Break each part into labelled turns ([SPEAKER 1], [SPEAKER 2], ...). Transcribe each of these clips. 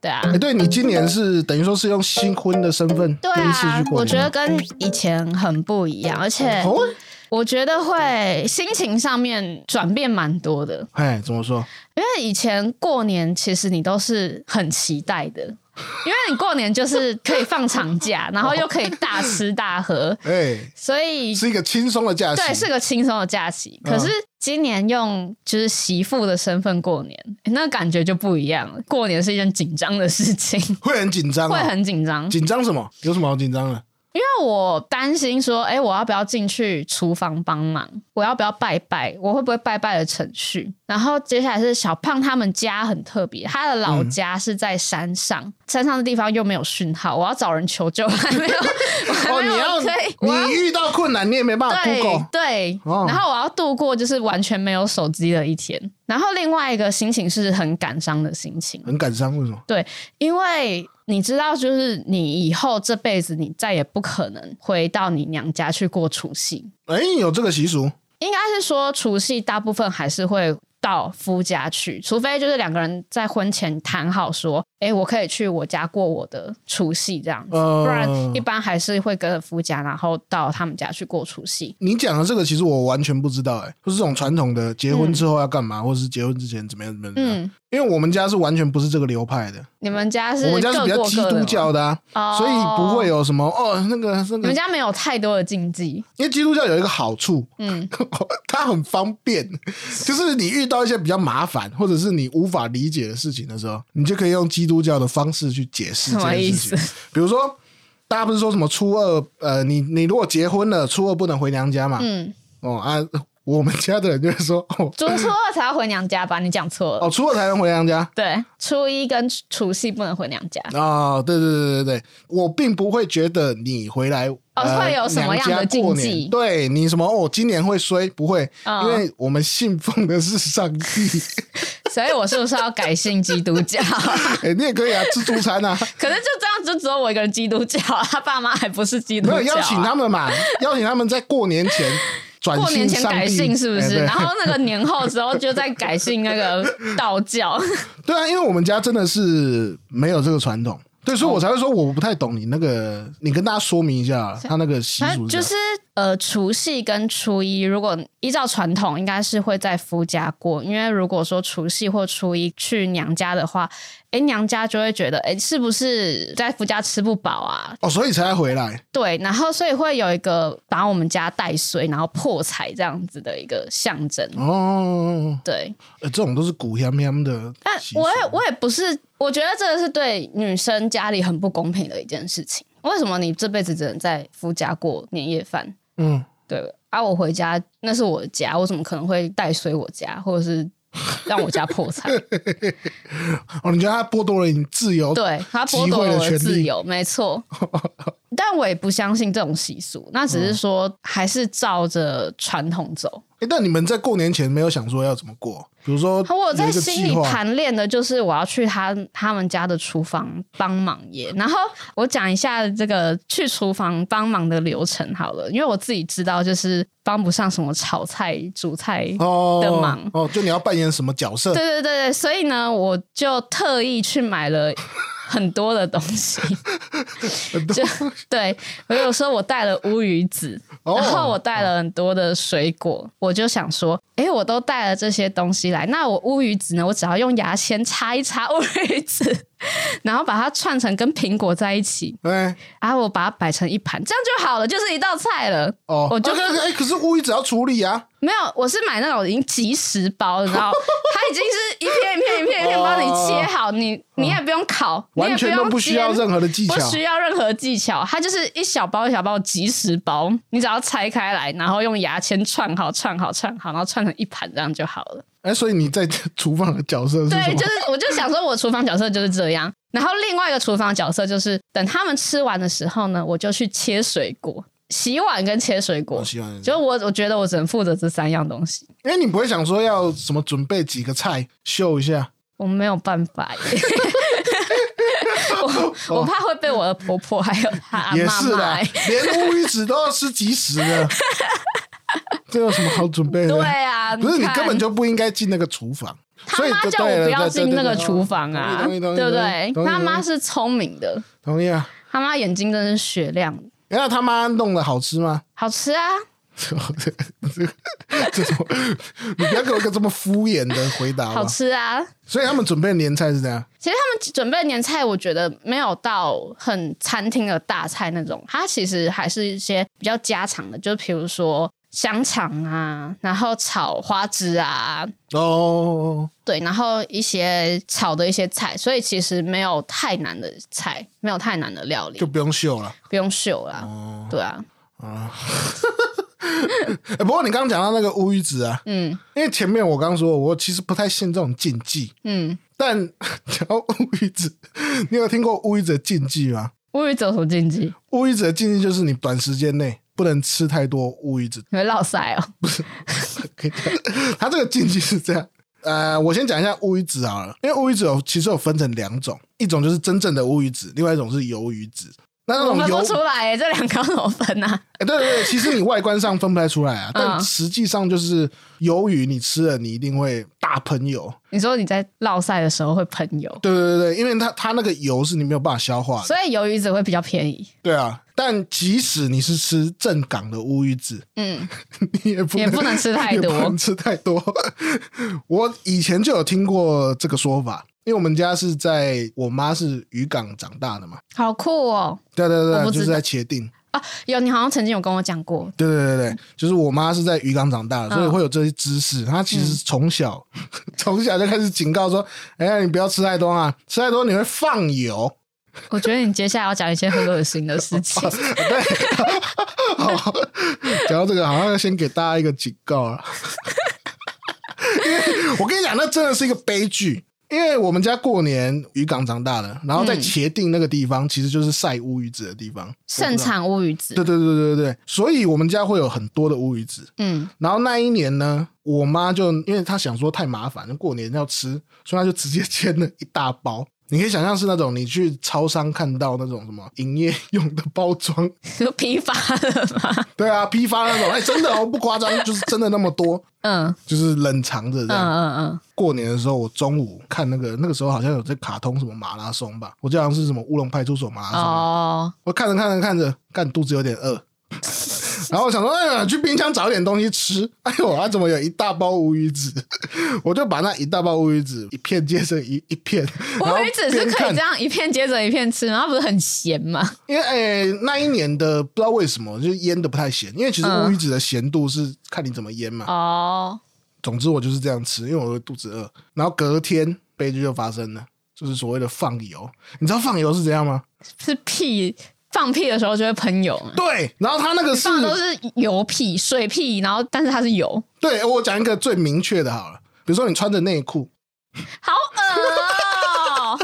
[SPEAKER 1] 对啊，
[SPEAKER 2] 哎、对你今年是等于说是用新婚的身份
[SPEAKER 1] 对
[SPEAKER 2] 第一次
[SPEAKER 1] 啊
[SPEAKER 2] 去，过
[SPEAKER 1] 我
[SPEAKER 2] 年
[SPEAKER 1] 觉得跟以前很不一样，而且
[SPEAKER 2] 哦，
[SPEAKER 1] 我觉得会心情上面转变蛮多的，
[SPEAKER 2] 哎，怎么说？
[SPEAKER 1] 因为以前过年其实你都是很期待 的，因为你过年就是可以放长假，然后又可以大吃大喝，
[SPEAKER 2] 哎、
[SPEAKER 1] 所以
[SPEAKER 2] 是一个轻松的假期，
[SPEAKER 1] 对是个轻松的假期。
[SPEAKER 2] 嗯
[SPEAKER 1] 可是今年用就是媳妇的身份过年，诶那感觉就不一样了。过年是一件紧张的事 情，
[SPEAKER 2] 会很紧张、哦，
[SPEAKER 1] 会很紧张，
[SPEAKER 2] 紧张什么？有什么好紧张的？
[SPEAKER 1] 因为我担心说，哎、我要不要进去厨房帮忙？我要不要拜拜？我会不会拜拜的程序？然后接下来是小胖他们家很特别，他的老家是在山上，山上的地方又没有讯号，我要找人求救，还 没有，我还
[SPEAKER 2] 哦，
[SPEAKER 1] 没有
[SPEAKER 2] 你
[SPEAKER 1] 可以，我
[SPEAKER 2] 要
[SPEAKER 1] 要
[SPEAKER 2] 你遇到困难，你也没办法
[SPEAKER 1] 对
[SPEAKER 2] Google。
[SPEAKER 1] 对，
[SPEAKER 2] 哦
[SPEAKER 1] 然后我要度过就是完全没有手机的一天。然后另外一个心情是很感伤的心情，
[SPEAKER 2] 很感伤，为什么？
[SPEAKER 1] 对，因为你知道，就是你以后这辈子你再也不可能回到你娘家去过除夕，
[SPEAKER 2] 哎、有这个习俗，
[SPEAKER 1] 应该是说除夕大部分还是会。到夫家去，除非就是两个人在婚前谈好说，哎、我可以去我家过我的除夕这样子，
[SPEAKER 2] 呃
[SPEAKER 1] 不然一般还是会跟着夫家，然后到他们家去过除夕。
[SPEAKER 2] 你讲的这个其实我完全不知道、哎，就是这种传统的结婚之后要干嘛，或者是结婚之前怎么样怎么样怎么样。
[SPEAKER 1] 嗯，
[SPEAKER 2] 因为我们家是完全不是这个流派的，
[SPEAKER 1] 你们家是
[SPEAKER 2] 我们家是
[SPEAKER 1] 各
[SPEAKER 2] 比较
[SPEAKER 1] 过
[SPEAKER 2] 基
[SPEAKER 1] 各的
[SPEAKER 2] 督
[SPEAKER 1] 吗，
[SPEAKER 2] 教的啊，
[SPEAKER 1] 哦
[SPEAKER 2] 所以不会。有什么哦那个那
[SPEAKER 1] 你
[SPEAKER 2] 个
[SPEAKER 1] 们，家没有太多的禁忌，
[SPEAKER 2] 因为基督教有一个好处，
[SPEAKER 1] 嗯，
[SPEAKER 2] 它很方便，就是你遇到一些比较麻烦或者是你无法理解的事情的时候，你就可以用基督教的方式去解释
[SPEAKER 1] 什
[SPEAKER 2] 这
[SPEAKER 1] 么
[SPEAKER 2] 件
[SPEAKER 1] 意思
[SPEAKER 2] 事情。？比如说，大家不是说什么初二，呃，你你如果结婚了，初二不能回娘家嘛？
[SPEAKER 1] 嗯，
[SPEAKER 2] 哦啊，我们家的人就会说，哦
[SPEAKER 1] 初初 二才要回娘家吧？你讲错了。
[SPEAKER 2] 哦，初二才能回娘家。
[SPEAKER 1] 对，初一跟除夕不能回娘 家。
[SPEAKER 2] 哦，对对对对对，我并不会觉得你回来呃
[SPEAKER 1] 哦会有什么样的
[SPEAKER 2] 娘家过
[SPEAKER 1] 禁忌
[SPEAKER 2] 年对你什么哦，今年会衰不会？
[SPEAKER 1] 嗯
[SPEAKER 2] 因为我们信奉的是上 帝。
[SPEAKER 1] 所以我是不是要改信基督教？ 可
[SPEAKER 2] 哎、你也可以啊，吃中餐 啊，
[SPEAKER 1] 是就这样，就只有我一个人基督教啊，他爸妈还不是基督
[SPEAKER 2] 没
[SPEAKER 1] 教啊、
[SPEAKER 2] 有邀请他们嘛，邀请他们在过年前转
[SPEAKER 1] 过年
[SPEAKER 2] 信
[SPEAKER 1] 前
[SPEAKER 2] 上
[SPEAKER 1] 改
[SPEAKER 2] 帝
[SPEAKER 1] 信是不
[SPEAKER 2] 哎
[SPEAKER 1] 是？
[SPEAKER 2] 对
[SPEAKER 1] 然后那个年后之后就再改信那个道 教。
[SPEAKER 2] 对啊，因为我们家真的是没有这个传统，对，所以我才会说我不太懂你那个，你跟大家说明一下他那个习
[SPEAKER 1] 反
[SPEAKER 2] 俗
[SPEAKER 1] 正
[SPEAKER 2] 这
[SPEAKER 1] 就
[SPEAKER 2] 样
[SPEAKER 1] 是呃，除夕跟初一，如果依照传统，应该是会在夫家过，因为如果说除夕或初一去娘家的话，哎、娘家就会觉得，哎、是不是在夫家吃不饱啊？
[SPEAKER 2] 哦，所以才回来
[SPEAKER 1] 对，然后所以会有一个把我们家带衰，然后破财这样子的一个象征。
[SPEAKER 2] 哦、
[SPEAKER 1] 对，
[SPEAKER 2] 呃这种都是古香香的
[SPEAKER 1] 但
[SPEAKER 2] 习俗，
[SPEAKER 1] 我也我也不是，我觉得这个是对女生家里很不公平的一件事情。为什么你这辈子只能在夫家过年夜饭？
[SPEAKER 2] 嗯，
[SPEAKER 1] 对啊，我回家那是我的家，我怎么可能会带衰我家，或者是让我家破 产？
[SPEAKER 2] 哦，你觉得他剥夺了你自由？
[SPEAKER 1] 对他剥夺了我的自由，没错。但我也不相信这种习俗，那只
[SPEAKER 2] 嗯
[SPEAKER 1] 是说还是照着传统走。
[SPEAKER 2] 诶但你们在过年前没有想说要怎么过？比如说，
[SPEAKER 1] 啊我有在
[SPEAKER 2] 一个
[SPEAKER 1] 心里
[SPEAKER 2] 计划，
[SPEAKER 1] 盘练的就是我要去他他们家的厨房帮忙耶。然后我讲一下这个去厨房帮忙的流程好了，因为我自己知道就是帮不上什么炒菜、煮菜
[SPEAKER 2] 哦
[SPEAKER 1] 的忙
[SPEAKER 2] 哦，就你要扮演什么角色？
[SPEAKER 1] 对对对对，所以呢，我就特意去买了。很多的东西， 就对我有时候我带了乌鱼子，
[SPEAKER 2] 哦
[SPEAKER 1] 然后我带了很多的水果，我就想说，诶，我都带了这些东西来，那我乌鱼子呢？我只要用牙签插一插乌鱼子， 然后把它串成跟苹果在一起，
[SPEAKER 2] 哎
[SPEAKER 1] 然后我把它摆成一盘，这样就好了，就是一道菜了。
[SPEAKER 2] 哦，
[SPEAKER 1] 我就
[SPEAKER 2] 哎、可哎可是乌鱼子要处理啊，
[SPEAKER 1] 没有，我是买那种已经即食包，你知道，它已经是一片一片一片一片帮你切好，你你也不用烤，你也
[SPEAKER 2] 哦完全
[SPEAKER 1] 用
[SPEAKER 2] 都不需要
[SPEAKER 1] 煎
[SPEAKER 2] 任何的技巧
[SPEAKER 1] 不。需要任何技巧，它就是一小包一小包即食包，你只要拆开来，然后用牙签串好、串好、串好，然后串成一盘这样就好了。
[SPEAKER 2] 哎、所以你在 厨房的角色是什么？
[SPEAKER 1] 对，就是我就想说，我厨房角色就是这样。然后另外一个厨房角色就是等他们吃完的时候呢，我就去切水果、洗碗跟切水果
[SPEAKER 2] 我。喜欢。
[SPEAKER 1] 就我我觉得我只能负责这三样东西。
[SPEAKER 2] 哎，你不会想说要什么准备几个菜秀一下？
[SPEAKER 1] 我没有办法耶， 我我怕会被我的婆婆还有她阿
[SPEAKER 2] 哦也
[SPEAKER 1] 啊妈哎
[SPEAKER 2] 是
[SPEAKER 1] 骂
[SPEAKER 2] 啦
[SPEAKER 1] 耶。，
[SPEAKER 2] 连乌鱼子都要吃即食的，这有什么好准备的？
[SPEAKER 1] 对啊，啊，
[SPEAKER 2] 不是你
[SPEAKER 1] 看
[SPEAKER 2] 根本就不应该进那个厨房。
[SPEAKER 1] 他
[SPEAKER 2] 所以
[SPEAKER 1] 妈
[SPEAKER 2] 就
[SPEAKER 1] 叫
[SPEAKER 2] 对
[SPEAKER 1] 我
[SPEAKER 2] 了
[SPEAKER 1] 不要
[SPEAKER 2] 对对
[SPEAKER 1] 进那个
[SPEAKER 2] 对
[SPEAKER 1] 厨房啊，
[SPEAKER 2] 同意
[SPEAKER 1] 对
[SPEAKER 2] 同意
[SPEAKER 1] 不
[SPEAKER 2] 同意
[SPEAKER 1] 对？
[SPEAKER 2] 同意
[SPEAKER 1] 他妈
[SPEAKER 2] 同意
[SPEAKER 1] 是聪明的，
[SPEAKER 2] 同意啊？
[SPEAKER 1] 他妈眼睛真的是雪亮的，
[SPEAKER 2] 那他妈弄的好吃吗？
[SPEAKER 1] 好吃啊！
[SPEAKER 2] 这这种，你不要给我一个这么敷衍的回答
[SPEAKER 1] 好
[SPEAKER 2] 吧。
[SPEAKER 1] 吃啊！
[SPEAKER 2] 所以他们准备的年菜是这样，
[SPEAKER 1] 其实他们准备的年菜，我觉得没有到很餐厅的大菜那种，它其实还是一些比较家常的，就比如说香肠啊，然后炒花枝啊，
[SPEAKER 2] 哦，
[SPEAKER 1] 对，然后一些炒的一些菜，所以其实没有太难的菜，没有太难的料理
[SPEAKER 2] 就，不哦用秀了。
[SPEAKER 1] 不用秀啦。对啊，
[SPEAKER 2] 哎、不过你刚刚讲到那个乌鱼子啊，
[SPEAKER 1] 嗯
[SPEAKER 2] 因为前面我刚说，我其实不太信这种禁忌，
[SPEAKER 1] 嗯，
[SPEAKER 2] 但讲到乌鱼子，你有听过乌鱼子的禁忌吗？
[SPEAKER 1] 乌鱼子有什么禁忌？
[SPEAKER 2] 乌鱼子的禁忌就是你短时间内不能吃太多乌 鱼子。
[SPEAKER 1] 你会落腮哦。
[SPEAKER 2] 可以讲，它这个禁忌是这样。呃，我先讲一下乌鱼子好了，因为乌鱼子有其实有分成两种，一种就是真正的乌鱼子，另外一种是鱿鱼子。那那
[SPEAKER 1] 我
[SPEAKER 2] 种
[SPEAKER 1] 分不
[SPEAKER 2] 鱿
[SPEAKER 1] 哦出来耶，这两个要怎么分啊？
[SPEAKER 2] 哎、对对对，其实你外观上分不太出来啊，但
[SPEAKER 1] 嗯
[SPEAKER 2] 实际上就是鱿鱼，你吃了你一定会大喷油。
[SPEAKER 1] 你说你在落腮的时候会喷油，
[SPEAKER 2] 对对对对，因为它它那个油是你没有办法消化的。
[SPEAKER 1] 所以鱿鱼子会比较便宜。
[SPEAKER 2] 对啊，但即使你是吃正港的乌鱼子，
[SPEAKER 1] 嗯，
[SPEAKER 2] 你 也不
[SPEAKER 1] 也不能吃太多
[SPEAKER 2] 也不能吃太多。 我以前就有听过这个说法，因为我们家是在我妈是渔港长大的嘛，
[SPEAKER 1] 好酷哦！
[SPEAKER 2] 对对
[SPEAKER 1] 我
[SPEAKER 2] 对，
[SPEAKER 1] 不
[SPEAKER 2] 就
[SPEAKER 1] 知道
[SPEAKER 2] 是在茄定，
[SPEAKER 1] 啊，有你好像曾经有跟我讲过，
[SPEAKER 2] 对对对对，就是我妈是在渔港长大的，所以
[SPEAKER 1] 嗯
[SPEAKER 2] 会有这些知识。她其实从小 从小就开始警告说，哎、呀，你不要吃太多啊，吃太多你会放油。
[SPEAKER 1] 我觉得你接下来要讲一些很恶心的事 情。
[SPEAKER 2] 好， 讲到这个，好像要先给大家一个警告了。 因为我跟你讲，那真的是一个悲剧。因为我们家过年渔港长大的，然后在
[SPEAKER 1] 嗯
[SPEAKER 2] 茄定那个地方，其实就是晒乌鱼子的地方，
[SPEAKER 1] 盛产乌鱼子
[SPEAKER 2] 对。，对对对对对，所以我们家会有很多的乌鱼子。
[SPEAKER 1] 嗯，
[SPEAKER 2] 然后那一年呢，我妈就因为她想说太麻烦，过年要吃，所以她就直接 煎了一大包。你可以想象是那种你去超商看到那种什么营业用的包装，
[SPEAKER 1] 你说批发的 吗？
[SPEAKER 2] 对啊，批发那种，哎、真的哦，不夸张，就是真的那么多，
[SPEAKER 1] 嗯
[SPEAKER 2] 就是冷藏着
[SPEAKER 1] 嗯
[SPEAKER 2] 这样。
[SPEAKER 1] 嗯嗯，
[SPEAKER 2] 过年的时候，我中午看那个，那个时候好像有在卡通什么马拉松吧，我记得好像是什么乌龙派出所马拉松，
[SPEAKER 1] 哦，
[SPEAKER 2] 我看着看着看着，干肚子有点 饿。然后我想说，哎呀，去冰箱找点东西吃。哎呦，啊，怎么有一大包乌鱼子？ 我就把那一大包乌鱼子一片接着一一片，然
[SPEAKER 1] 乌
[SPEAKER 2] 后
[SPEAKER 1] 鱼子是
[SPEAKER 2] 边
[SPEAKER 1] 可以
[SPEAKER 2] 看
[SPEAKER 1] 这样一片接着一片吃吗，它不是很咸吗？
[SPEAKER 2] 因为诶、那一年的不知道为什么就是腌的不太咸，因为其实
[SPEAKER 1] 嗯
[SPEAKER 2] 乌鱼子的咸度是看你怎么腌嘛。
[SPEAKER 1] 哦，
[SPEAKER 2] 总之我就是这样吃，因为我肚子饿。然后隔天悲剧就发生了，就是所谓的放油。你知道放油是怎样吗？
[SPEAKER 1] 是屁，放屁的时候就会喷油嘛。
[SPEAKER 2] 对，然后它那个是
[SPEAKER 1] 放的都是油屁、水屁，然后但是它是油，
[SPEAKER 2] 对我讲一个最明确的好了，比如说你穿着内裤，
[SPEAKER 1] 好恶哦、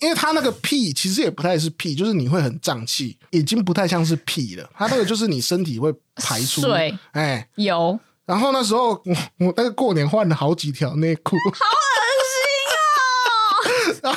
[SPEAKER 2] 因为它那个屁其实也不太是屁，就是你会很胀气，已经不太像是屁了。它那个就是你身体会排出
[SPEAKER 1] 水
[SPEAKER 2] 哎。
[SPEAKER 1] 油，
[SPEAKER 2] 然后那时候我我那个过年换了好几条内裤，哦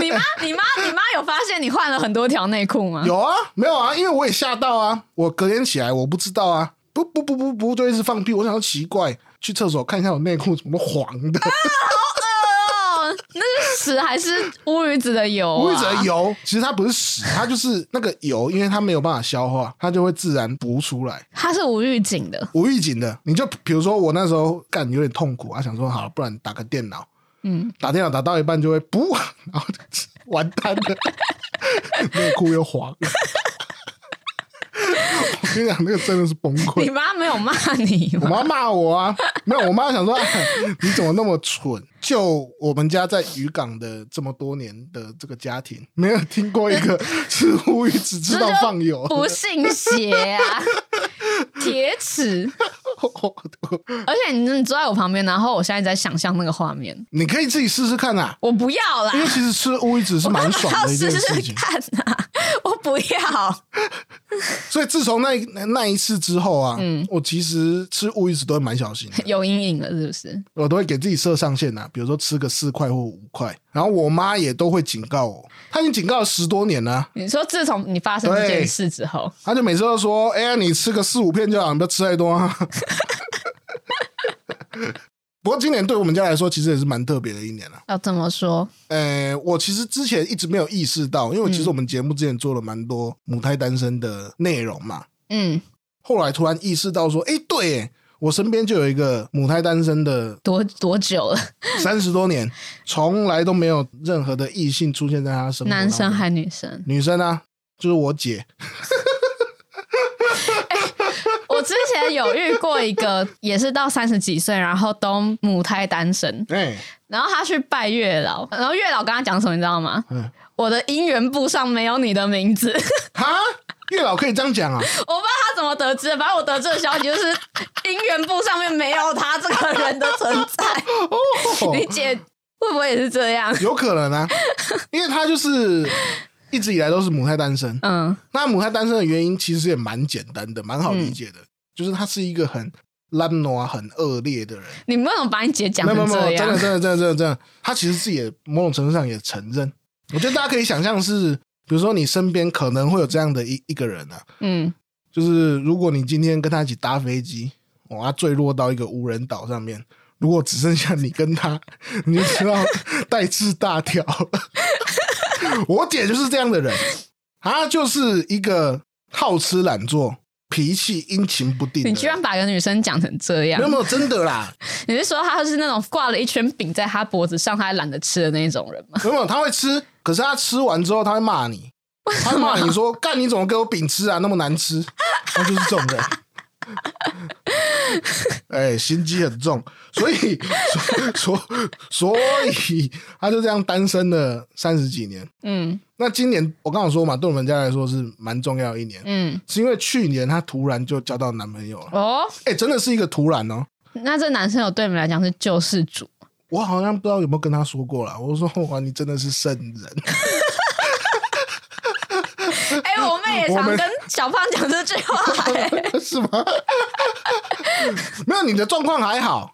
[SPEAKER 1] 你妈、你妈、你妈有发现你换了很多条内裤吗？
[SPEAKER 2] 有啊，没有啊，因为我也吓到啊，我隔天起来我不知道啊，不不不不不，就一直放屁，我想要奇怪，去厕所看一下我内裤怎么黄的，
[SPEAKER 1] 哦，那是屎还是乌鱼子的油、啊？
[SPEAKER 2] 乌鱼子的油，其实它不是屎，它就是那个油，因为它没有办法消化，它就会自然补出来。
[SPEAKER 1] 它是无预警的，
[SPEAKER 2] 无预警的，你就比如说我那时候干有点痛苦啊，想说好了，不然打个电脑，
[SPEAKER 1] 嗯，
[SPEAKER 2] 打电脑打到一半就会噗，然后就完蛋了， 内裤又黄了。 我跟你讲，那个真的是崩
[SPEAKER 1] 你
[SPEAKER 2] 溃。
[SPEAKER 1] 妈没有骂你
[SPEAKER 2] 我
[SPEAKER 1] 吗？
[SPEAKER 2] 妈骂我啊，没有，我妈想说、哎你怎么那么蠢？就我们家在渔港的这么多年的这个家庭，没有听过一个吃乌鱼只知道放 油。
[SPEAKER 1] 不信邪啊！铁齿，而且你真的坐在我旁边，然后我现在在想象那个画面，
[SPEAKER 2] 你可以自己试试看啊，
[SPEAKER 1] 我不要啦
[SPEAKER 2] 因，为其实吃乌鱼子 是蛮爽
[SPEAKER 1] 要
[SPEAKER 2] 的一
[SPEAKER 1] 试
[SPEAKER 2] 件事
[SPEAKER 1] 试
[SPEAKER 2] 情。
[SPEAKER 1] 看啊！我不要，
[SPEAKER 2] 所以自从那一那一次之后啊，我其实吃乌鱼子都会蛮小心的，
[SPEAKER 1] 有阴影了是不是？
[SPEAKER 2] 我都会给自己设上限啊，比如说吃个四块或五块。然后我妈也都会警告我，她已经警告了十多年了、啊
[SPEAKER 1] 你说自从你发生这件事之后，
[SPEAKER 2] 她就每次都说：“哎、呀，你吃个四五片就好，你不要吃太多、啊。” 不过今年对我们家来说，其实也是蛮特别的一年了、
[SPEAKER 1] 要怎么说？
[SPEAKER 2] 呃，我其实之前一直没有意识到，因为
[SPEAKER 1] 嗯
[SPEAKER 2] 其实我们节目之前做了蛮多母胎单身的内容嘛，
[SPEAKER 1] 嗯，
[SPEAKER 2] 后来突然意识到说，哎，对耶，我身边就有一个母胎单 身的
[SPEAKER 1] 多多久了？
[SPEAKER 2] 三十多年，从来都没有任何的异性出现在他身边。
[SPEAKER 1] 男生还女生？
[SPEAKER 2] 女生啊，就是我姐，
[SPEAKER 1] 我之前有遇过一个，也是到三十几岁，然后都母胎单身，
[SPEAKER 2] 哎、
[SPEAKER 1] 然后他去拜月老，然后月老跟他讲什么，你知道吗？
[SPEAKER 2] 嗯，
[SPEAKER 1] 我的姻缘簿上没有你的名字，我不 知
[SPEAKER 2] 哈，月老可以这样 讲啊？
[SPEAKER 1] 道他怎么得知的，反正我得知的消息就是姻缘簿上面没有他这个人的存在。你
[SPEAKER 2] 哦，
[SPEAKER 1] 姐会不会也是这样？
[SPEAKER 2] 有可能啊，因为她就是一直以来都是母胎单身。
[SPEAKER 1] 嗯
[SPEAKER 2] 那母胎单身的原因其实也蛮简单的，蛮好理解的，就是她是一个很懒惰啊、很恶劣的人。
[SPEAKER 1] 你为什么把你姐讲
[SPEAKER 2] 没有没
[SPEAKER 1] 成
[SPEAKER 2] 有
[SPEAKER 1] 这
[SPEAKER 2] 没有，真的
[SPEAKER 1] 样？
[SPEAKER 2] 真的真的真的真的，他其实自己也某种程度上也承认。我觉得大家可以想象是，比如说你身边可能会有这样的一一个人啊，
[SPEAKER 1] 嗯，
[SPEAKER 2] 就是如果你今天跟他一起搭飞机，哇、他坠落到一个无人岛上面，如果只剩下你跟他， 你就知道带志大条 了。我姐就是这样的人，她就是一个好吃懒做、脾气阴晴不定的
[SPEAKER 1] 你
[SPEAKER 2] 人。
[SPEAKER 1] 居然把一个女生讲成这样
[SPEAKER 2] 没有，没有真的啦？
[SPEAKER 1] 你是说她是那种挂了一圈饼在她脖子上，她还懒得吃的那一种人吗？
[SPEAKER 2] 没有，他会吃，可是他吃完之后他会骂你，他会骂你说：“干你怎么给我饼吃啊，那么难吃。”他就是这种人。哎、心机很重，所以所所所以他就这样单身了三十几年。
[SPEAKER 1] 嗯
[SPEAKER 2] 那今年我刚好说嘛，对我们家来说是蛮重要的一年，
[SPEAKER 1] 嗯，
[SPEAKER 2] 是因为去年她突然就交到男朋友了。
[SPEAKER 1] 哦，
[SPEAKER 2] 哎、真的是一个突然哦、
[SPEAKER 1] 那这男生有对你们来讲是救世主，
[SPEAKER 2] 我好像不知道有没有跟他说过啦，我说：“哇，你真的是圣人。”
[SPEAKER 1] 哎、我妹也
[SPEAKER 2] 我
[SPEAKER 1] 常
[SPEAKER 2] 们
[SPEAKER 1] 跟小胖讲这句话、哎
[SPEAKER 2] 是吗？没有，你的状况还好，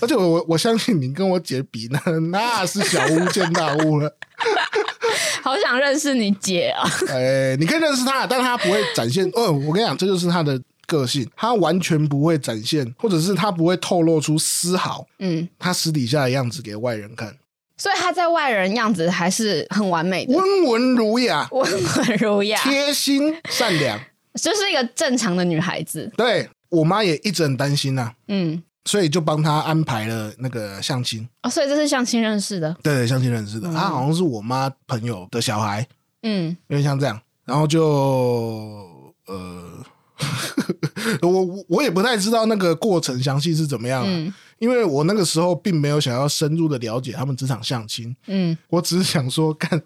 [SPEAKER 2] 而且我我我相信你跟我姐比呢， 那是小巫见大巫了。
[SPEAKER 1] 好想认识你姐啊！
[SPEAKER 2] 哎，你可以认识她，但她不会展现。哦，我跟你讲，这就是她的个性，她完全不会展现，或者是她不会透露出丝毫
[SPEAKER 1] 嗯，
[SPEAKER 2] 她私底下的样子给外人看，
[SPEAKER 1] 所以她在外人样子还是很完美的，
[SPEAKER 2] 温文儒雅，
[SPEAKER 1] 温文儒雅，
[SPEAKER 2] 贴心善良。
[SPEAKER 1] 就是一个正常的女孩子。
[SPEAKER 2] 对我妈也一直很担心呐、啊
[SPEAKER 1] 嗯，
[SPEAKER 2] 所以就帮她安排了那个相亲。
[SPEAKER 1] 哦，所以这是相亲认识的。
[SPEAKER 2] 对对，相亲认识的，他好像是我妈朋友的小孩，
[SPEAKER 1] 嗯，
[SPEAKER 2] 有点像这样。然后就呃， 我我我也不太知道那个过程详细是怎么样、啊
[SPEAKER 1] 嗯
[SPEAKER 2] 因为我那个时候并没有想要深入的了解他们这场相亲，
[SPEAKER 1] 嗯，
[SPEAKER 2] 我只是想说，干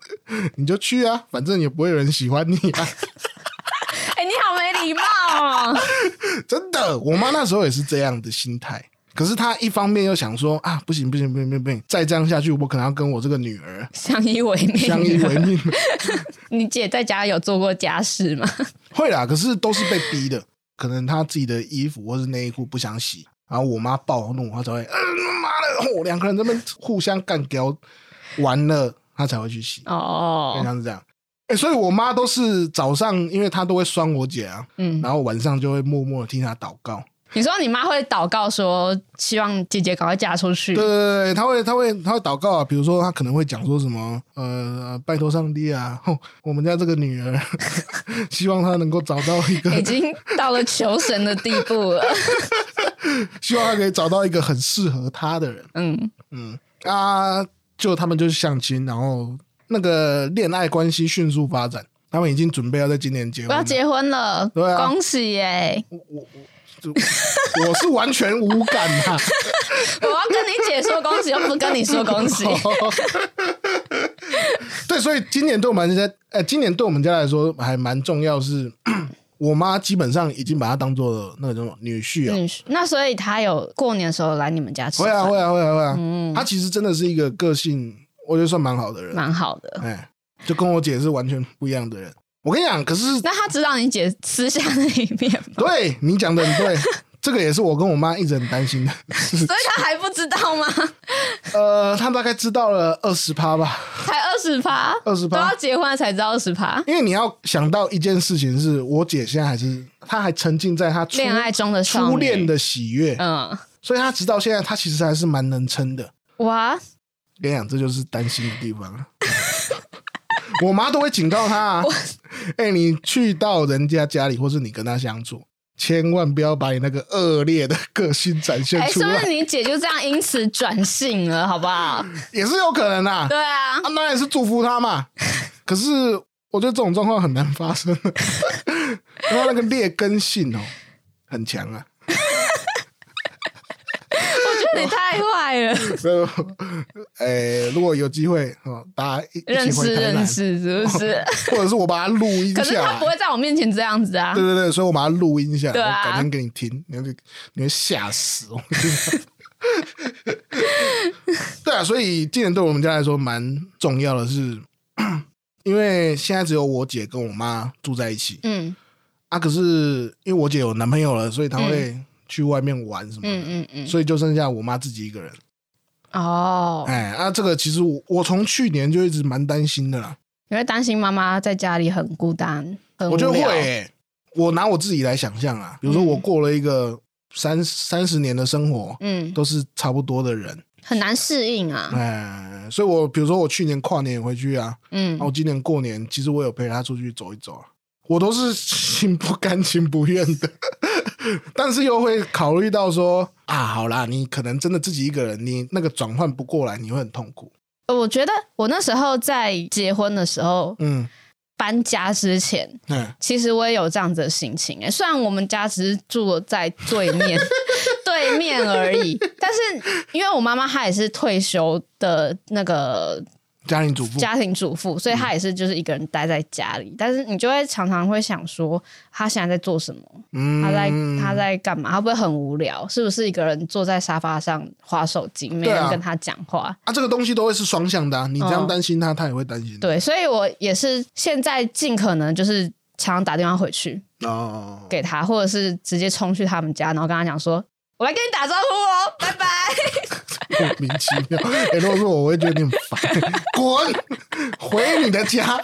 [SPEAKER 2] 你就去啊，反正也不会有人喜欢你啊。
[SPEAKER 1] 哎、你好没礼貌哦。
[SPEAKER 2] 真的，我妈那时候也是这样的心态。可是她一方面又想说啊，不行不行不行不行不行，再这样下去，我可能要跟我这个女儿
[SPEAKER 1] 相依为命，
[SPEAKER 2] 相依为。命。
[SPEAKER 1] 你姐在家有做过家事吗？
[SPEAKER 2] 会啦，可是都是被逼的。可能他自己的衣服或是内衣裤不想洗，然后我妈暴怒，他才会，嗯、妈的，哦两个人这么互相干掉，完了他才会去洗，就
[SPEAKER 1] 哦，
[SPEAKER 2] 像是这样。哎、所以我妈都是早上，因为她都会酸我姐啊，
[SPEAKER 1] 嗯，
[SPEAKER 2] 然后晚上就会默默的听她祷告。
[SPEAKER 1] 你说你妈会祷告说，希望姐姐赶快嫁出去
[SPEAKER 2] 对。对对，她会她会她会祷告啊，比如说她可能会讲说什么，呃，拜托上帝啊，吼我们家这个女儿， 希望她能够找到一个
[SPEAKER 1] 已经到了求神的地步了。
[SPEAKER 2] 希望他可以找到一个很适合他的人。
[SPEAKER 1] 嗯，
[SPEAKER 2] 嗯啊，就他们就是相亲，然后那个恋爱关系迅速发展，他们已经准备要在今年结
[SPEAKER 1] 我
[SPEAKER 2] 婚
[SPEAKER 1] 要
[SPEAKER 2] 了。
[SPEAKER 1] 结婚了，
[SPEAKER 2] 啊对啊
[SPEAKER 1] 恭喜耶、
[SPEAKER 2] 就我是完全无感啊 呐、
[SPEAKER 1] 我要跟你姐说恭喜，又不跟你说恭 喜。
[SPEAKER 2] 对，所以今年对我们家，呃，今年对我们家来说还蛮重要是。 我妈基本上已经把他当做那个什么女婿啊，
[SPEAKER 1] 嗯，那所以她有过年的时候来你们家吃
[SPEAKER 2] 会啊
[SPEAKER 1] 饭，
[SPEAKER 2] 会啊会啊会啊，
[SPEAKER 1] 嗯
[SPEAKER 2] 他其实真的是一个个性，我觉得算蛮好的人，
[SPEAKER 1] 蛮好的。
[SPEAKER 2] 哎，就跟我姐是完全不一样的人。我跟你讲，可是
[SPEAKER 1] 那她知道你姐私下的一面吗？
[SPEAKER 2] 对你讲的很对，这个也是我跟我妈一直很担心的。
[SPEAKER 1] 所以她还不知道吗？
[SPEAKER 2] 呃，她大概知道了二十趴吧，
[SPEAKER 1] 才二十趴，
[SPEAKER 2] 20%
[SPEAKER 1] 都要结婚了才知道二十趴。
[SPEAKER 2] 因为你要想到一件事情是，我姐现在还是她还沉浸在她初
[SPEAKER 1] 恋爱中的少女
[SPEAKER 2] 初恋的喜悦，
[SPEAKER 1] 嗯，
[SPEAKER 2] 所以他直到现在，他其实还是蛮能撑的。
[SPEAKER 1] 哇，
[SPEAKER 2] 跟你讲，这就是担心的 地方。我妈都会警告他、啊：“哎、你去到人家家里，或是你跟他相处，千万不要把你那个恶劣的个性展现
[SPEAKER 1] 哎、
[SPEAKER 2] 出
[SPEAKER 1] 说
[SPEAKER 2] 来，
[SPEAKER 1] 不定你姐就这样因此转性了，好不 好？
[SPEAKER 2] 也是有可能啊。
[SPEAKER 1] 对啊，
[SPEAKER 2] 啊，当然是祝福 他嘛。可是我觉得这种状况很难发生，因为那个劣根性哦很强啊。
[SPEAKER 1] 我觉得你太坏 了，
[SPEAKER 2] 所以我，呃，如果有机会哦，大家一一
[SPEAKER 1] 认识
[SPEAKER 2] 起回台南
[SPEAKER 1] 认，识是不是？
[SPEAKER 2] 或者是我把它录音
[SPEAKER 1] 可是
[SPEAKER 2] 下
[SPEAKER 1] 他
[SPEAKER 2] 来
[SPEAKER 1] 不。会在我面前这样子啊
[SPEAKER 2] 对。对对，所以我把它录音下来，
[SPEAKER 1] 对啊
[SPEAKER 2] 我改天给你听，你会你会吓死我。 对啊，所以技能对我们家来说蛮重要的是， 因为现在只有我姐跟我妈住在一起
[SPEAKER 1] 嗯
[SPEAKER 2] 啊。可是因为我姐有男朋友了，所以她会去外面玩什么的，
[SPEAKER 1] 嗯嗯嗯，
[SPEAKER 2] 所以就剩下我妈自己一个人。
[SPEAKER 1] 哦，
[SPEAKER 2] 哎，啊，这个其实我我从去年就一直蛮担心的啦，
[SPEAKER 1] 你会担心妈妈在家里很孤单，很
[SPEAKER 2] 我觉得
[SPEAKER 1] 无
[SPEAKER 2] 会、
[SPEAKER 1] 聊
[SPEAKER 2] 欸。我拿我自己来想象啊，比如说我过了一个三三十年的生活，
[SPEAKER 1] 嗯，
[SPEAKER 2] 都是差不多的人，
[SPEAKER 1] 很难适应啊。
[SPEAKER 2] 哎，所以我比如说我去年跨年也回去啊，
[SPEAKER 1] 嗯
[SPEAKER 2] 然后今年过年其实我有陪他出去走一走啊，我都是 心不甘情不愿的， 但是又会考虑到说啊，好啦，你可能真的自己一个人，你那个转换不过来，你会很痛苦，
[SPEAKER 1] 呃我觉得我那时候在结婚的时候
[SPEAKER 2] 嗯，
[SPEAKER 1] 搬家之前，
[SPEAKER 2] 嗯，
[SPEAKER 1] 其实我也有这样子的心情、欸。虽然我们家只是住在对 面对面而已，但是因为我妈妈她也是退休的那个
[SPEAKER 2] 家庭主妇，
[SPEAKER 1] 家庭主
[SPEAKER 2] 嗯
[SPEAKER 1] 妇，所以她也是就是一个人待在家里。但是你就会常常会想说，她现在在做什么？
[SPEAKER 2] 嗯，
[SPEAKER 1] 她在她在干嘛？她会不会很无聊？是不是一个人坐在沙发上划手机，没
[SPEAKER 2] 对啊
[SPEAKER 1] 人跟她讲话？
[SPEAKER 2] 啊，这个东西都会是双向的、啊，你这样
[SPEAKER 1] 嗯
[SPEAKER 2] 担心他，他也会担心。，
[SPEAKER 1] 对，所以我也是现在尽可能就是常常打电话回去，
[SPEAKER 2] 哦，
[SPEAKER 1] 给他，或者是直接冲去他们家，然后跟他讲说：“我来跟你打招呼哦，拜拜。
[SPEAKER 2] 莫名其妙。欸如果是我，我会觉得你很烦， 滚，回你的家。”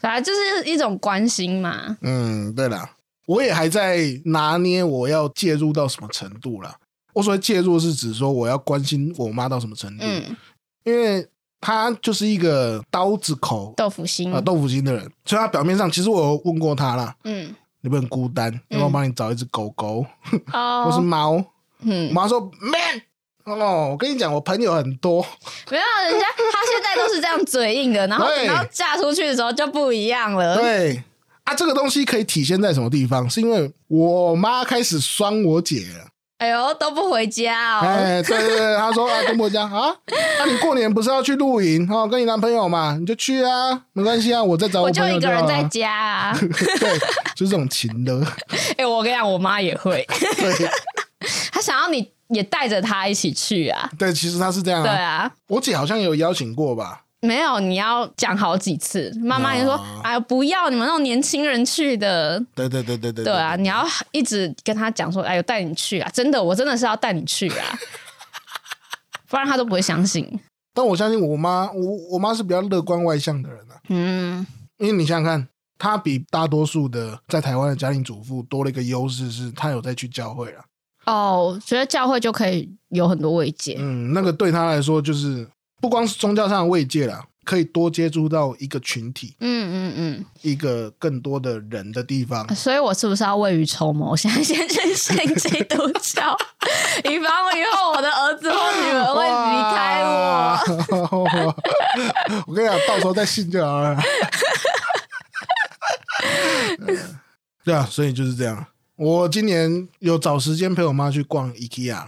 [SPEAKER 1] 反正就是一种关心嘛。
[SPEAKER 2] 嗯，对啦，我也还在拿捏我要介入到什么程度啦。我所谓介入是指说我要关心我妈到什么程度，
[SPEAKER 1] 嗯，
[SPEAKER 2] 因为她就是一个刀子口
[SPEAKER 1] 豆嗯腐心
[SPEAKER 2] 啊、。豆腐心的人，所以她表面上其实我有问过她啦，
[SPEAKER 1] 嗯，
[SPEAKER 2] 你不很孤单，要不要帮你找一只狗狗、或是
[SPEAKER 1] 哦，
[SPEAKER 2] 猫？我
[SPEAKER 1] 嗯，
[SPEAKER 2] 妈说 man。哦，我跟你讲，我朋友很多，
[SPEAKER 1] 没有，人家他现在都是这样嘴硬的，然后
[SPEAKER 2] 对
[SPEAKER 1] 等到嫁出去的时候就不一样了。
[SPEAKER 2] 对啊，这个东西可以体现在什么地方？是因为我妈开始酸我姐了，
[SPEAKER 1] 哎呦，都不回家哦。
[SPEAKER 2] 哎，对对对，她说啊，跟我讲啊，那你过年不是要去露营哦，跟你男朋友嘛，你就去啊，没关系啊，我再找
[SPEAKER 1] 我就
[SPEAKER 2] 朋友
[SPEAKER 1] 一个
[SPEAKER 2] 好
[SPEAKER 1] 人在
[SPEAKER 2] 了。
[SPEAKER 1] 家啊，
[SPEAKER 2] 对，就这种情的，
[SPEAKER 1] 哎、我跟你讲，我妈也 会，
[SPEAKER 2] 对
[SPEAKER 1] 她想要你也带着她一起去啊。
[SPEAKER 2] 对，其实她是这样
[SPEAKER 1] 对
[SPEAKER 2] 啊。
[SPEAKER 1] 啊，
[SPEAKER 2] 我姐好像有邀请过吧？
[SPEAKER 1] 没有，你要讲好几次。妈妈也说
[SPEAKER 2] 哦：“
[SPEAKER 1] 哎呦，不要你们那种年轻人去的。”
[SPEAKER 2] 对对对对对
[SPEAKER 1] 对啊，，你要一直跟他讲说：“哎呦，带你去啊！”真的，我真的是要带你去啊，不然他都不会相信。
[SPEAKER 2] 但我相信我妈，我我妈是比较乐观外向的人啊。
[SPEAKER 1] 嗯，
[SPEAKER 2] 因为你想想看，她比大多数的在台湾的家庭主妇多了一个优势，是她有在去教会啊。
[SPEAKER 1] 哦，觉得教会就可以有很多慰藉。
[SPEAKER 2] 嗯，那个对她来说就是不光是宗教上的慰藉啦，可以多接触到一个群体、
[SPEAKER 1] 嗯嗯
[SPEAKER 2] 一个更多的人的地方
[SPEAKER 1] 嗯，。所以我是不是要未雨绸缪？我现在先去信基督教，以防我以后我的儿子或女儿会离开我。
[SPEAKER 2] 哇。 我跟你讲，到时候再信就好了。 嗯对啊，所以就是这样。我今年有找时间陪我妈去逛 IKEA。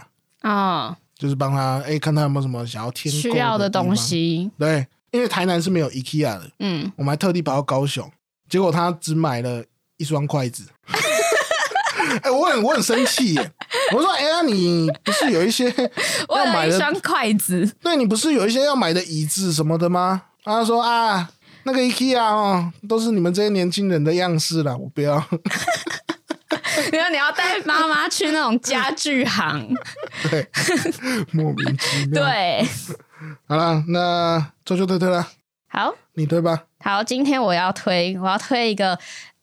[SPEAKER 1] 啊、
[SPEAKER 2] 就是帮他哎、看他有没有什么想要添购
[SPEAKER 1] 需要
[SPEAKER 2] 的
[SPEAKER 1] 的
[SPEAKER 2] 地方
[SPEAKER 1] 东。西，
[SPEAKER 2] 对，因为台南是没有 IKEA 的，
[SPEAKER 1] 嗯，
[SPEAKER 2] 我们还特地跑到高雄，结果他只买了一双筷子。 哎、我很我很生气耶！我说，哎、呀，你不是有一 些
[SPEAKER 1] 为
[SPEAKER 2] 要
[SPEAKER 1] 了
[SPEAKER 2] 买
[SPEAKER 1] 一
[SPEAKER 2] 的
[SPEAKER 1] 双筷子，
[SPEAKER 2] 对你不是有一些要买的椅子什么的吗？他说啊，那个 IKEA 哦，都是你们这些年轻人的样式啦，我不要。
[SPEAKER 1] 然后你要带妈妈去那种家具行，
[SPEAKER 2] 对，莫名其妙。，
[SPEAKER 1] 对，
[SPEAKER 2] 好了，那周周推推了，
[SPEAKER 1] 好。
[SPEAKER 2] 你推吧。
[SPEAKER 1] 好，今天我要推，我要推一个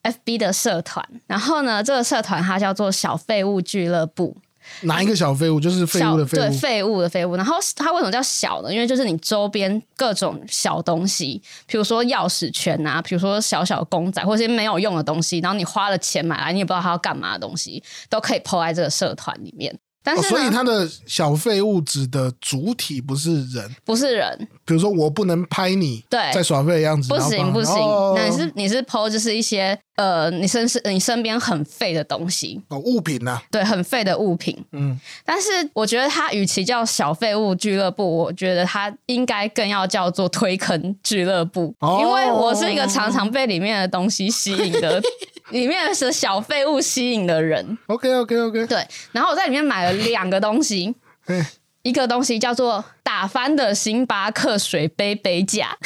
[SPEAKER 1] FB 的社团，然后呢，这个社团它叫做小废物俱乐部，
[SPEAKER 2] 哪一个小废物？就是废
[SPEAKER 1] 小
[SPEAKER 2] 物的废
[SPEAKER 1] 对
[SPEAKER 2] 物。
[SPEAKER 1] 废物的废物。然后它为什么叫小呢？因为就是你周边各种小东西，比如说钥匙圈啊，比如说小小公仔，或者是没有用的东西，然后你花了钱买来，你也不知道它要干嘛的东西，都可以抛在这个社团里面。但
[SPEAKER 2] 哦、
[SPEAKER 1] 是
[SPEAKER 2] 所以
[SPEAKER 1] 呢，
[SPEAKER 2] 他的小废物指的主体不是人，
[SPEAKER 1] 不是人，
[SPEAKER 2] 比如说我不能拍你
[SPEAKER 1] 对
[SPEAKER 2] 在耍废的样子，
[SPEAKER 1] 不
[SPEAKER 2] 然后把
[SPEAKER 1] 行不行，
[SPEAKER 2] 哦
[SPEAKER 1] 那你是你是抛就是一些呃，你身是你身边很废的东西，
[SPEAKER 2] 哦物品呐、
[SPEAKER 1] 对，很废的物品。
[SPEAKER 2] 嗯，
[SPEAKER 1] 但是我觉得它与其叫小废物俱乐部，我觉得它应该更要叫做推坑俱乐部，
[SPEAKER 2] 哦
[SPEAKER 1] 因为我是一个常常被里面的东西吸引的，里面是小废物吸引的人。
[SPEAKER 2] OK OK OK，
[SPEAKER 1] 对，然后我在里面买了两个东西，
[SPEAKER 2] 哎，
[SPEAKER 1] 一个东西叫做打翻的星巴克水杯杯架，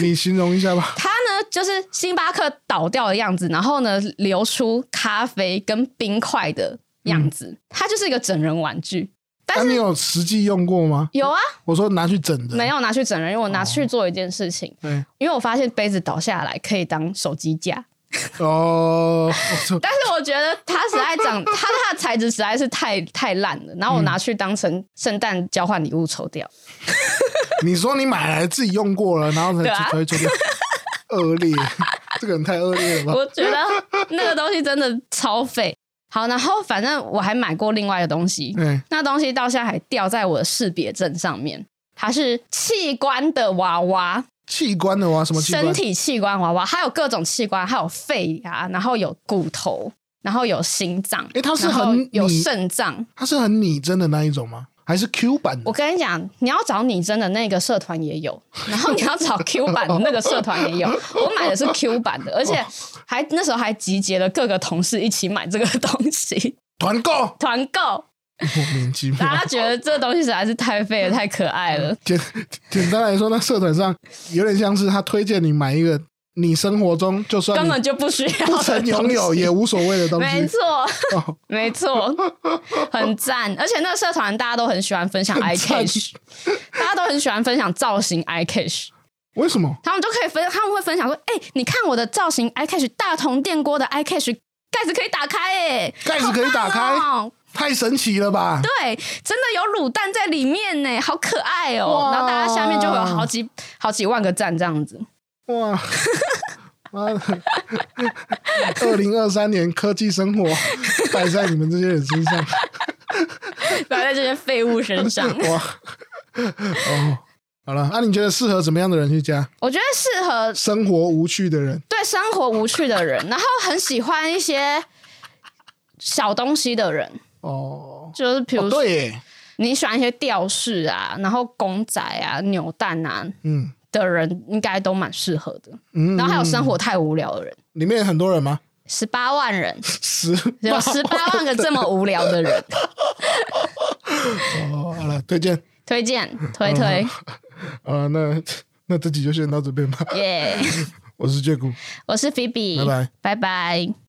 [SPEAKER 2] 你形容一下吧。
[SPEAKER 1] 它呢就是星巴克倒掉的样子，然后呢流出咖啡跟冰块的样子，它就是一个整人玩具。但
[SPEAKER 2] 那、
[SPEAKER 1] 是
[SPEAKER 2] 啊你有实际用过吗？
[SPEAKER 1] 有啊，
[SPEAKER 2] 我说拿去整的，哎
[SPEAKER 1] 没。有拿去整人，因为我拿去做一件事情，
[SPEAKER 2] 对，
[SPEAKER 1] 因为我发现杯子倒下来可以当手机架，
[SPEAKER 2] 哦， 我说
[SPEAKER 1] 但是我觉得它实在长，它它的材质实在是太太烂了，然后我拿去当成圣诞交换礼物抽掉。
[SPEAKER 2] 你说你买来自己用过了，然后
[SPEAKER 1] 对
[SPEAKER 2] 才
[SPEAKER 1] 啊
[SPEAKER 2] 才会做掉，恶 劣，这个人太恶劣了吧？
[SPEAKER 1] 我觉得那个东西真的超废。好，然后反正我还买过另外一个东西，
[SPEAKER 2] 对，
[SPEAKER 1] 那东西到现在还掉在我的识别证上面，它是器官的娃娃。
[SPEAKER 2] 器官的哇，什么器官
[SPEAKER 1] 身？体器官娃娃，还有各种器官，还有肺啊，然后有骨头，然后有心脏，
[SPEAKER 2] 诶它是
[SPEAKER 1] 然后
[SPEAKER 2] 很
[SPEAKER 1] 有
[SPEAKER 2] 拟
[SPEAKER 1] 肾脏。
[SPEAKER 2] 它是很拟真的那一种吗？还是 Q 版的
[SPEAKER 1] 我？跟你讲，你要找拟真的那个社团也有，然后你要找 Q 版的那个社团也有。我买的是 Q 版的，而
[SPEAKER 2] 哦
[SPEAKER 1] 且还那时候还集结了各个同事一起买这个东西，，
[SPEAKER 2] 团购
[SPEAKER 1] 团购。
[SPEAKER 2] 莫名其妙
[SPEAKER 1] 大。家觉得这东西实在是太废了，太可爱 了。
[SPEAKER 2] 简简单来说，那社团上有点像是他推荐你买一个你生活中就算
[SPEAKER 1] 根
[SPEAKER 2] 你
[SPEAKER 1] 本就不需要
[SPEAKER 2] 不
[SPEAKER 1] 的
[SPEAKER 2] 曾
[SPEAKER 1] 东
[SPEAKER 2] 拥
[SPEAKER 1] 西
[SPEAKER 2] 有也无所谓的东
[SPEAKER 1] 没
[SPEAKER 2] 西。
[SPEAKER 1] 错，
[SPEAKER 2] 哦
[SPEAKER 1] 没错，很赞。而且那个社团大家都很喜欢分享 i
[SPEAKER 2] 赞
[SPEAKER 1] cash，大家都很喜欢分享造型 i cash，
[SPEAKER 2] 为什么？
[SPEAKER 1] 他们就可以分，他们会分享说：“哎、你看我的造型 i cash 大同电锅的 i cash 盖子可以打开、哎，
[SPEAKER 2] 盖子可以打开
[SPEAKER 1] 哦，
[SPEAKER 2] 太神奇了吧！
[SPEAKER 1] 对，真的有卤蛋在里面呢、好可爱哦、
[SPEAKER 2] 哇
[SPEAKER 1] 然后大家下面就会有好几好几万个赞这样子。
[SPEAKER 2] 哇，妈的！二零二三年科技生活摆在你们这些人身上，
[SPEAKER 1] 摆在这些废物身上，
[SPEAKER 2] 哇！哦，好了，那、你觉得适合怎么样的人去加？
[SPEAKER 1] 我觉得适合
[SPEAKER 2] 生活无趣的人，
[SPEAKER 1] 对生活无趣的人，然后很喜欢一些小东西的人，
[SPEAKER 2] 哦，
[SPEAKER 1] 就是比如
[SPEAKER 2] 哦
[SPEAKER 1] 说
[SPEAKER 2] 对耶，
[SPEAKER 1] 你喜欢一些吊饰啊，然后公仔啊、扭蛋啊
[SPEAKER 2] 嗯
[SPEAKER 1] 的人，应该都蛮适合的。
[SPEAKER 2] 嗯，
[SPEAKER 1] 然后还有生活太无聊的人，
[SPEAKER 2] 里面很多人吗？
[SPEAKER 1] 十八万人，
[SPEAKER 2] 十
[SPEAKER 1] 有十八万个这么无聊的 人，
[SPEAKER 2] 哦，好了，推荐。
[SPEAKER 1] 推荐推推
[SPEAKER 2] 好了，那 那这集就先到这边吧。
[SPEAKER 1] 耶！
[SPEAKER 2] 我是杰古，
[SPEAKER 1] 我是菲比，
[SPEAKER 2] 嗯拜拜
[SPEAKER 1] 拜拜。